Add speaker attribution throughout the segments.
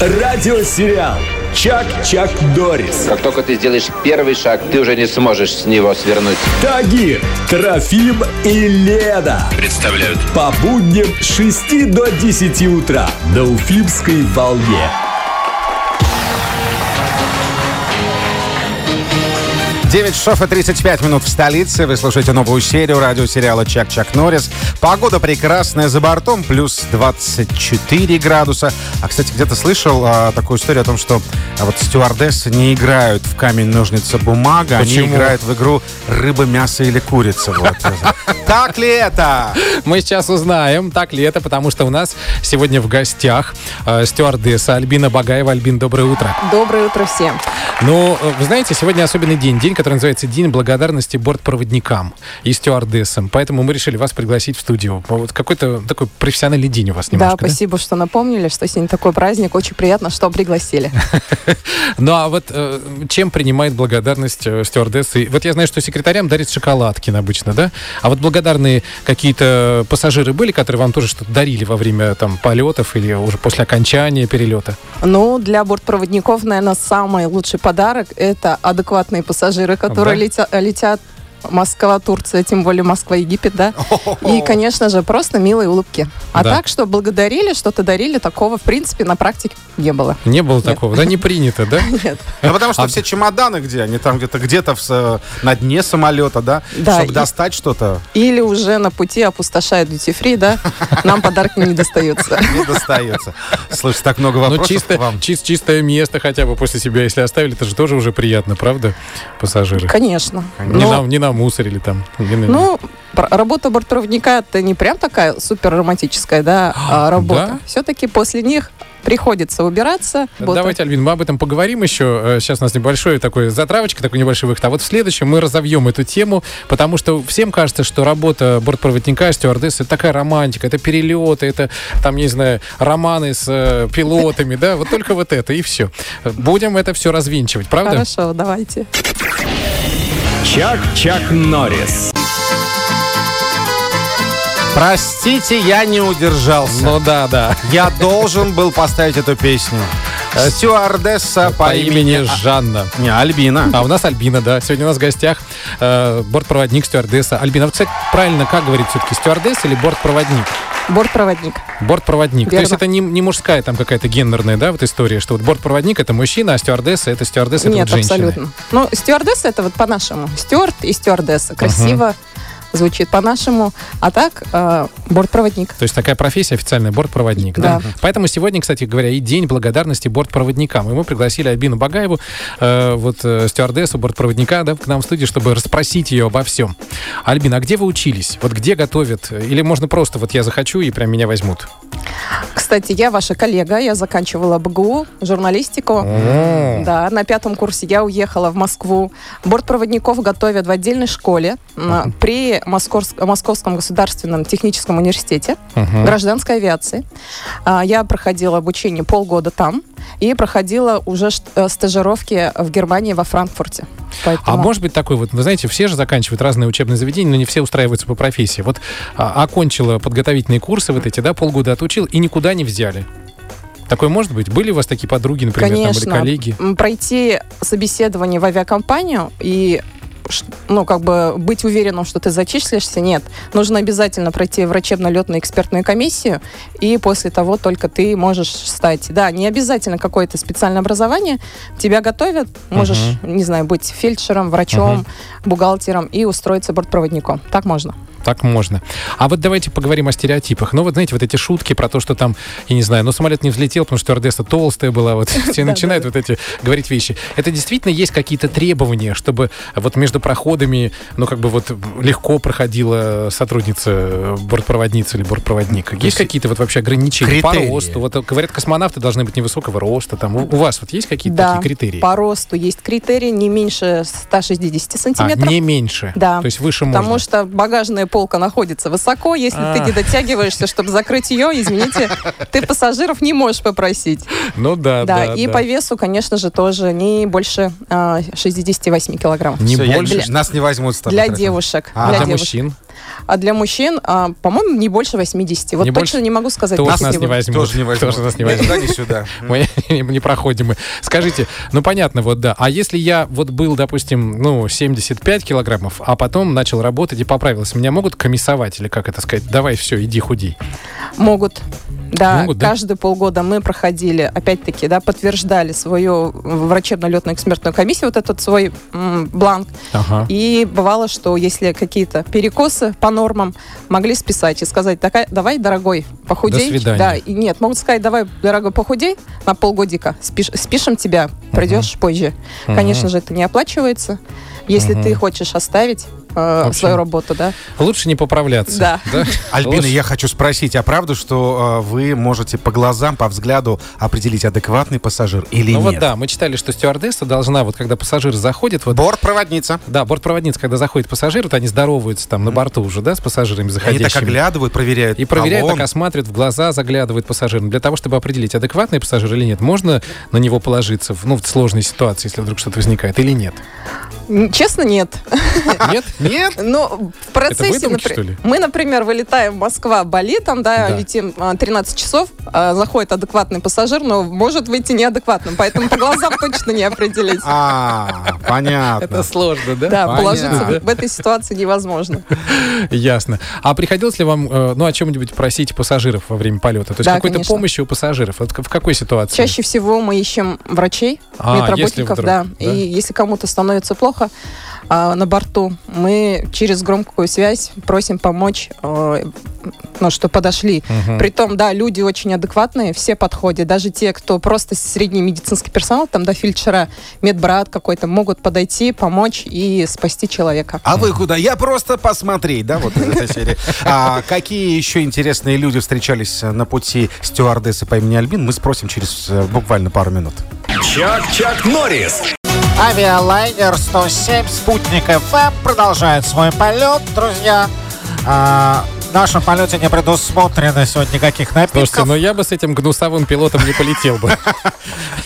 Speaker 1: Радиосериал «Чак-Чак Дорис».
Speaker 2: Как только ты сделаешь первый шаг, ты уже не сможешь с него свернуть.
Speaker 1: Тагир, Трофим и Леда.
Speaker 2: Представляют.
Speaker 1: По будням с 6 до 10 утра на Уфимской волне.
Speaker 3: Девять часов и 35 минут в столице. Вы слушаете новую серию радиосериала «Чак-Чак Норрис». Погода прекрасная за бортом, плюс 24 градуса. А, кстати, где-то слышал а, такую историю о том, что а, вот стюардессы не играют в камень, ножницы, бумага. Они
Speaker 4: Почему?
Speaker 3: играют в игру рыба, мясо или курица. Вот. Так ли это?
Speaker 4: Мы сейчас узнаем, так ли это, потому что у нас сегодня в гостях э, стюардесса Альбина Багаева. Альбин, доброе утро.
Speaker 5: Доброе утро всем.
Speaker 4: Ну, э, вы знаете, сегодня особенный день. День, который называется День благодарности бортпроводникам и стюардессам. Поэтому мы решили вас пригласить в студию. Вот какой-то такой профессиональный день у вас немножко.
Speaker 5: да, спасибо, что напомнили, что сегодня такой праздник. Очень приятно, что пригласили.
Speaker 4: Ну, а вот э, чем принимает благодарность э, стюардессы? Вот я знаю, что секретарям дарит шоколадки обычно, да? А вот благодарные какие-то пассажиры были, которые вам тоже что-то дарили во время там полетов или уже после окончания перелета?
Speaker 5: Ну, для бортпроводников, наверное, самый лучший подарок – это адекватные пассажиры, которые
Speaker 4: Да?
Speaker 5: летя- э, летят Москва, Турция, тем более Москва, Египет, да? И, конечно же, просто милые улыбки. А
Speaker 4: Да.
Speaker 5: так, что благодарили, что-то дарили, такого, в принципе, на практике не было.
Speaker 4: Не было такого, да? Не принято, да?
Speaker 5: Нет.
Speaker 3: Ну, потому
Speaker 4: А
Speaker 3: что все чемоданы где? Они там где-то где-то в с- на дне самолета, да?
Speaker 5: Да,
Speaker 3: Чтобы
Speaker 5: и-
Speaker 3: достать что-то,
Speaker 5: Или уже на пути опустошают duty-free, да? Нам подарки не достаются.
Speaker 3: не достается. Слышь, так много
Speaker 4: Ну,
Speaker 3: вопросов к
Speaker 4: чисто,
Speaker 3: вам.
Speaker 4: чис- чистое место хотя бы после себя, если оставили, это же тоже уже приятно, правда, пассажиры?
Speaker 5: Конечно.
Speaker 4: Не,
Speaker 5: Но-
Speaker 4: на, не намусорили там. не на-
Speaker 5: Ну, пр- работа бортпроводника это не прям такая супер романтическая, да, а, работа.
Speaker 4: Да?
Speaker 5: Все-таки после них приходится убираться. работа.
Speaker 4: Давайте, Альвин, мы об этом поговорим еще. Э, Сейчас у нас небольшой такой затравочка, такой небольшой выход. А вот в следующем мы разовьем эту тему, потому что всем кажется, что работа бортпроводника, стюардессы, это такая романтика, это перелеты, это, там, я не знаю, романы с э, пилотами, да, вот только вот это, и все. Будем это все развинчивать, правда?
Speaker 5: Хорошо, давайте.
Speaker 1: Чак-Чак Норрис.
Speaker 3: Простите, я не удержался.
Speaker 4: Ну да, да.
Speaker 3: Я должен был поставить эту песню. Э, Стюардесса по, имени... А.
Speaker 5: А.
Speaker 4: Жанна.
Speaker 3: Не, Альбина.
Speaker 4: А у нас Альбина, да. Сегодня у нас в гостях э, бортпроводник стюардесса. Альбина, вот, кстати, правильно как говорить все-таки, стюардесса или бортпроводник?
Speaker 5: Бортпроводник.
Speaker 4: Бортпроводник. То
Speaker 5: Верно.
Speaker 4: есть это не, не мужская там какая-то гендерная, да, вот история, что вот бортпроводник это мужчина, а стюардесса это стюардесса, это
Speaker 5: Нет,
Speaker 4: вот женщина.
Speaker 5: абсолютно. Ну, стюардесса это вот по-нашему. Стюард и стюардесса. Красиво звучит по-нашему. А так, э, бортпроводник.
Speaker 4: То есть такая профессия официальная, бортпроводник. Да.
Speaker 5: Да.
Speaker 4: Поэтому сегодня, кстати говоря, и день благодарности бортпроводникам. И мы пригласили Альбину Багаеву, э, вот э, стюардессу, бортпроводника, да, к нам в студию, чтобы расспросить ее обо всем. Альбина, а где вы учились? Вот где готовят? Или можно просто вот я захочу и прям меня возьмут?
Speaker 5: Кстати, я ваша коллега, я заканчивала БГУ, журналистику. Да, на пятом курсе я уехала в Москву. Бортпроводников готовят в отдельной школе м, при Москорс- Московском государственном техническом университете гражданской авиации. А, Я проходила обучение полгода там и проходила уже шт- э, стажировки в Германии, во Франкфурте.
Speaker 4: А
Speaker 5: Поэтому-
Speaker 4: может быть такой вот, вы знаете, все же заканчивают разные учебные заведения, но не все устраиваются по профессии. Вот а, окончила подготовительные курсы вот эти, да, полгода отучил и никуда не взяли. Такое может быть? Были у вас такие подруги, например,
Speaker 5: Конечно.
Speaker 4: там, или коллеги?
Speaker 5: М, Пройти собеседование в авиакомпанию и ш- ну, как бы быть уверенным, что ты зачислишься, нет. Нужно обязательно пройти врачебно-летную экспертную комиссию, и после того только ты можешь стать. Да, не обязательно какое-то специальное образование. Тебя готовят, можешь, не знаю, быть фельдшером, врачом, бухгалтером и устроиться бортпроводником. Так можно.
Speaker 4: Так можно. А вот давайте поговорим о стереотипах. Ну вот, знаете, вот эти шутки про то, что там, я не знаю, но самолет не взлетел, потому что стюардесса толстая была, вот все начинают вот эти говорить вещи. Это действительно есть какие-то требования, чтобы вот между проходами, ну как бы вот легко проходила сотрудница, э, бортпроводница или бортпроводник? Есть какие-то вот вообще ограничения
Speaker 3: критерии.
Speaker 4: по росту? Вот э, говорят, космонавты должны быть невысокого роста, там у, у вас вот есть какие-то
Speaker 5: да,
Speaker 4: такие критерии?
Speaker 5: по росту есть критерии не меньше 160
Speaker 4: А,
Speaker 5: сантиметров.
Speaker 4: не меньше.
Speaker 5: Да.
Speaker 4: То есть выше
Speaker 5: Потому
Speaker 4: можно. А.
Speaker 5: что багажная полка находится высоко. Если ты не дотягиваешься, чтобы закрыть ее, извините, ты пассажиров не можешь попросить.
Speaker 4: Ну да, да.
Speaker 5: Да, и по весу, конечно же, тоже не больше а, 68 килограмм.
Speaker 4: Не
Speaker 3: Всё, я-
Speaker 4: больше.
Speaker 3: для- нас не возьмут с тобой.
Speaker 5: Для
Speaker 3: Трофим.
Speaker 5: девушек.
Speaker 4: А
Speaker 5: для
Speaker 4: для
Speaker 5: девушек.
Speaker 4: мужчин?
Speaker 5: А для мужчин, а, по-моему, не больше 80. Вот
Speaker 4: Не
Speaker 5: точно
Speaker 4: больше?
Speaker 5: не могу сказать.
Speaker 4: Тоже
Speaker 5: если
Speaker 4: нас не
Speaker 5: вы-
Speaker 4: возьмут.
Speaker 3: Тоже не возьмут.
Speaker 4: Тоже нас не
Speaker 3: Ни
Speaker 4: возьмут.
Speaker 3: туда, ни сюда.
Speaker 4: Мы сожалению, не проходим мы. Скажите, ну понятно, вот да. А если я вот был, допустим, ну, 75 килограммов, а потом начал работать и поправился, меня могут комиссовать или как это сказать? Давай, все, иди худей.
Speaker 5: Могут. Да,
Speaker 4: Могут, да?
Speaker 5: каждые полгода мы проходили, опять-таки, да, подтверждали свою врачебно-летную экспертную комиссию, вот этот свой м, бланк.
Speaker 4: Ага.
Speaker 5: И бывало, что если какие-то перекосы по нормам, могли списать и сказать, «Такая- давай, дорогой, похудей.
Speaker 4: До свидания.
Speaker 5: Да, и нет, могут сказать, давай, дорогой, похудей на полгодика, спиш- спишем тебя, придешь позже.
Speaker 4: Мгм.
Speaker 5: Конечно же, это не оплачивается, если
Speaker 4: Мгм.
Speaker 5: ты хочешь оставить э,
Speaker 4: общем,
Speaker 5: свою работу, да.
Speaker 4: Лучше не поправляться.
Speaker 5: Да.
Speaker 3: Альбина,
Speaker 4: Лучше-
Speaker 3: я хочу спросить, а правда, что э, вы можете по глазам, по взгляду определить, адекватный пассажир или
Speaker 4: Ну вот
Speaker 3: нет?
Speaker 4: да, мы читали, что стюардесса должна, вот когда пассажир заходит, вот
Speaker 3: Бортпроводница.
Speaker 4: Да, бортпроводница, когда заходит пассажир, вот они здороваются там на борту уже, да, с пассажирами
Speaker 3: Они
Speaker 4: заходящими.
Speaker 3: так оглядывают, проверяют
Speaker 4: и проверяет,
Speaker 3: талон.
Speaker 4: так осматривает, в глаза заглядывает пассажир. Для того, чтобы определить, адекватный пассажир или нет, можно на него положиться в, ну, в сложной ситуации, если вдруг что-то возникает, или нет?
Speaker 5: М, Честно, нет.
Speaker 4: Нет?
Speaker 3: Нет?
Speaker 5: Ну, в процессе...
Speaker 4: выдумки,
Speaker 5: напри-
Speaker 4: что ли?
Speaker 5: Мы, например, вылетаем Москва-Бали, там, да,
Speaker 4: Да.
Speaker 5: летим а, 13 часов, а, заходит адекватный пассажир, но может выйти неадекватным, поэтому по глазам точно не определить.
Speaker 3: А, понятно.
Speaker 4: Это сложно, да?
Speaker 5: Да,
Speaker 3: Понятно.
Speaker 5: положиться в- в этой ситуации невозможно.
Speaker 4: Ясно. А приходилось ли вам, э, ну, о чем-нибудь просить пассажиров во время полета? То есть
Speaker 5: Да,
Speaker 4: какой-то
Speaker 5: конечно.
Speaker 4: помощи у пассажиров? Вот к- в какой ситуации?
Speaker 5: Чаще всего мы ищем врачей,
Speaker 4: А, если
Speaker 5: медработников,
Speaker 4: вдруг,
Speaker 5: да.
Speaker 4: да.
Speaker 5: И если кому-то становится плохо а, на борту, мы через громкую связь просим помочь, э, ну, что подошли.
Speaker 4: Мгм.
Speaker 5: Притом, да, люди очень адекватные, все подходят, даже те, кто просто средний медицинский персонал, там, да, фельдшера, медбрат какой-то, могут подойти, помочь и спасти человека.
Speaker 3: А вы куда? Я просто посмотреть, да, вот из этой серии. А какие еще интересные люди встречались э, на пути стюардессы по имени Альбин, мы спросим через э, буквально пару минут.
Speaker 1: Чак-Чак Норрис.
Speaker 6: Авиалайнер 107 «Спутник ФМ» продолжает свой полет, друзья. А, в нашем полете не предусмотрено сегодня никаких напитков.
Speaker 4: Слушайте, ну я бы с этим гнусовым пилотом не полетел бы.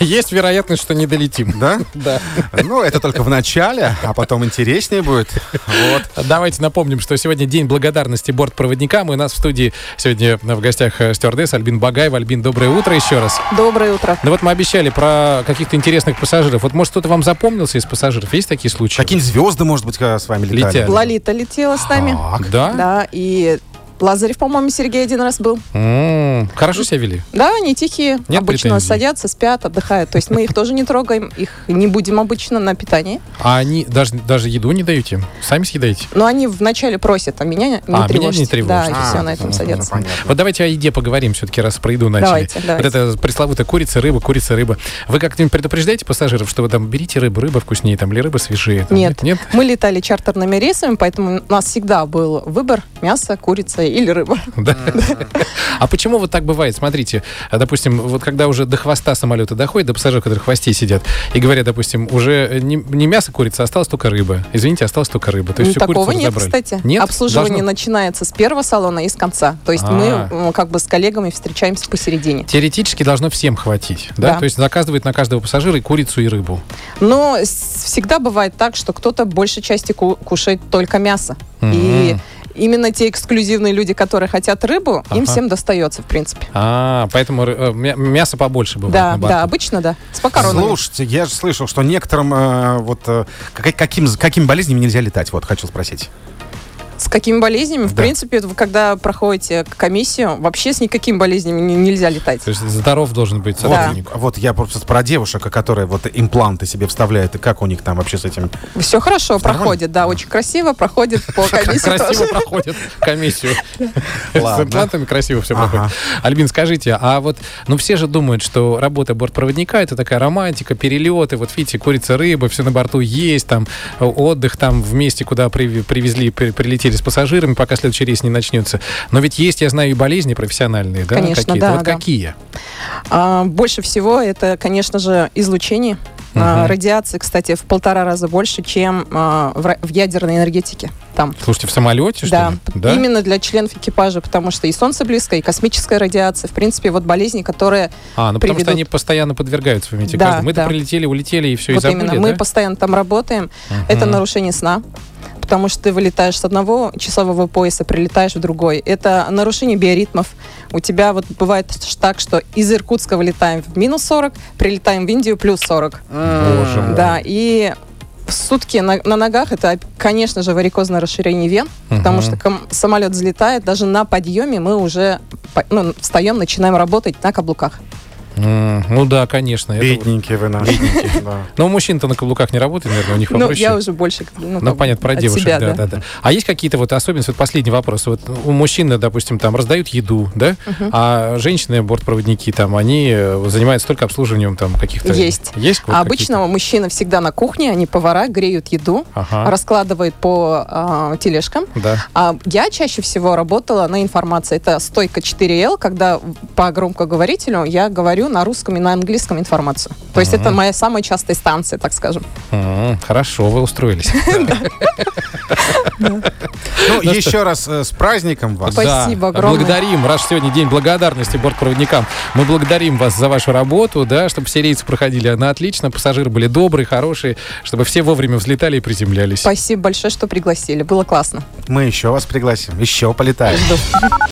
Speaker 4: Есть вероятность, что не долетим.
Speaker 3: Да? Да. Ну, это только в начале, а потом интереснее будет. Вот.
Speaker 4: Давайте напомним, что сегодня день благодарности бортпроводникам. И у нас в студии сегодня в гостях э, стюардесс Альбин Багаев. Альбин, доброе утро еще раз.
Speaker 5: Доброе утро.
Speaker 4: Ну вот мы обещали про каких-то интересных пассажиров. Вот может кто-то вам запомнился из пассажиров? Есть такие случаи?
Speaker 3: Какие-нибудь звезды, может быть, э, с вами летали?
Speaker 4: Летят.
Speaker 5: Лолита летела с
Speaker 4: А,
Speaker 5: нами.
Speaker 3: Так.
Speaker 4: Да?
Speaker 5: Да, и Лазарев, по-моему, Сергей один раз был.
Speaker 4: М, хорошо себя вели?
Speaker 5: Да, они тихие.
Speaker 4: Нет
Speaker 5: обычно
Speaker 4: претензий?
Speaker 5: садятся, спят, отдыхают. То есть мы их тоже не трогаем, их не будем обычно на питании.
Speaker 4: А они даже, даже еду не даете? Сами съедаете?
Speaker 5: Но они вначале просят, а меня не
Speaker 4: меня не
Speaker 5: тревожьте. Да,
Speaker 4: тревожьте. ну,
Speaker 5: и
Speaker 3: А,
Speaker 5: все на этом садятся.
Speaker 4: Вот давайте о еде поговорим все-таки, раз про еду начали.
Speaker 5: Давайте, давайте.
Speaker 4: Вот это пресловутая курица, рыба, курица, рыба. Вы как-нибудь предупреждаете пассажиров, что вы там берите рыбу, рыба вкуснее, там, или рыба свежее? там,
Speaker 5: Нет.
Speaker 4: Нет?
Speaker 5: Мы летали чартерными рейсами, поэтому у нас всегда был выбор мясо, курица или рыба.
Speaker 4: Да. А почему вот так бывает? Смотрите, а, допустим, вот когда уже до хвоста самолета доходит, до пассажиров, которые в хвосте сидят, и говорят, допустим, уже не, не мясо курица, осталась только рыба. Извините, осталась только рыба. То есть всю
Speaker 5: Ну, Такого
Speaker 4: курицу
Speaker 5: нет,
Speaker 4: разобрали.
Speaker 5: кстати.
Speaker 4: Нет?
Speaker 5: Обслуживание
Speaker 4: Должно-
Speaker 5: начинается с первого салона и с конца. То есть
Speaker 4: А.
Speaker 5: мы м, как бы с коллегами встречаемся посередине.
Speaker 4: Теоретически должно всем хватить, да?
Speaker 5: Да.
Speaker 4: То есть заказывают на каждого пассажира и курицу, и рыбу.
Speaker 5: Но с- всегда бывает так, что кто-то большей части ку- кушает только мясо.
Speaker 4: Мгм.
Speaker 5: И именно те эксклюзивные люди, которые хотят рыбу, им
Speaker 4: Ага.
Speaker 5: всем достается, в принципе.
Speaker 4: А, поэтому ры- э, мя- мясо побольше бывает
Speaker 5: Да,
Speaker 4: на борту.
Speaker 5: да, обычно да. С макаронами.
Speaker 3: Слушайте, я же слышал, что некоторым э, вот э, как- каким, каким болезнями нельзя летать, вот хочу спросить.
Speaker 5: С какими болезнями? В
Speaker 3: Да.
Speaker 5: принципе, вы когда проходите комиссию, вообще с никакими болезнями не- нельзя летать.
Speaker 4: То есть здоров должен быть
Speaker 3: Вот, э,
Speaker 5: Да.
Speaker 4: сотрудник.
Speaker 3: вот я просто про девушек, а которые вот импланты себе вставляют, и как у них там вообще с этим...
Speaker 5: Все хорошо
Speaker 3: Нормально?
Speaker 5: проходит, да, очень красиво проходит по комиссии
Speaker 4: Красиво
Speaker 5: тоже.
Speaker 4: проходит комиссию. С
Speaker 3: Ладно.
Speaker 4: имплантами красиво все
Speaker 3: Ага.
Speaker 4: проходит. Альбин, скажите, а вот, ну все же думают, что работа бортпроводника это такая романтика, перелеты, вот видите, курица, рыба, все на борту есть, там э, отдых там вместе, куда прив- привезли, при- прилетели с пассажирами, пока следующий рейс не начнется. Но ведь есть, я знаю, и болезни профессиональные, да,
Speaker 5: Конечно,
Speaker 4: какие-то.
Speaker 5: да,
Speaker 4: Вот
Speaker 5: да.
Speaker 4: какие?
Speaker 5: А, Больше всего это, конечно же, излучение. А,
Speaker 4: Мгм.
Speaker 5: Радиации, кстати, в полтора раза больше, чем а, в ра- в ядерной энергетике. Там.
Speaker 4: Слушайте, в самолете, что
Speaker 5: Да,
Speaker 4: ли? Да?
Speaker 5: именно для членов экипажа, потому что и солнце близко, и космическая радиация. В принципе, вот болезни, которые...
Speaker 4: А, ну потому что
Speaker 5: приведут.
Speaker 4: они постоянно подвергаются, вы имеете в
Speaker 5: Да,
Speaker 4: виду. Мы-то
Speaker 5: да.
Speaker 4: прилетели, улетели и все, и
Speaker 5: вот
Speaker 4: забыли,
Speaker 5: именно мы
Speaker 4: да?
Speaker 5: постоянно там работаем. Это
Speaker 4: Мгм.
Speaker 5: нарушение сна. потому что ты вылетаешь с одного часового пояса, прилетаешь в другой. Это нарушение биоритмов. У тебя вот бывает ш- так, что из Иркутска вылетаем в минус 40, прилетаем в Индию плюс 40.
Speaker 4: Боже мой.
Speaker 5: Да, и в сутки на, на ногах это, конечно же, варикозное расширение вен, потому что ком- самолет взлетает, даже на подъеме мы уже по- ну, встаем, начинаем работать на каблуках.
Speaker 4: М, Ну да, конечно. это вот.
Speaker 3: Бедненькие вы наши. Да.
Speaker 4: Но у мужчин-то на каблуках не работает, наверное, у них
Speaker 5: Ну, я
Speaker 4: попроще.
Speaker 5: уже больше... Ну,
Speaker 4: Ну,
Speaker 5: как
Speaker 4: понятно, про
Speaker 5: от
Speaker 4: девушек,
Speaker 5: себя,
Speaker 4: да, да, да. А есть какие-то вот особенности, вот последний вопрос. Вот у мужчин, допустим, там раздают еду, да, а женщины, бортпроводники, там, они э, занимаются только обслуживанием там каких-то...
Speaker 5: Есть.
Speaker 4: Есть вот какие-то?
Speaker 5: А обычно мужчины всегда на кухне, они повара, греют еду,
Speaker 4: Ага.
Speaker 5: раскладывают по а, тележкам.
Speaker 4: Да.
Speaker 5: А я чаще всего работала на информации. Это стойка 4L, когда в- по громкоговорителю я говорю на русском и на английском информацию. То есть это моя самая частая станция, так скажем.
Speaker 4: М, Хорошо, вы устроились.
Speaker 3: Ну, еще раз э, с праздником вас.
Speaker 5: Спа- Спасибо
Speaker 4: Да.
Speaker 5: огромное.
Speaker 4: Благодарим. Раз сегодня день благодарности бортпроводникам. Мы благодарим вас за вашу работу, да, чтобы все рейсы проходили на отлично, пассажиры были добрые, хорошие, чтобы все вовремя взлетали и приземлялись.
Speaker 5: Спасибо большое, что пригласили. Было классно.
Speaker 3: Мы еще вас пригласим. Еще полетаем.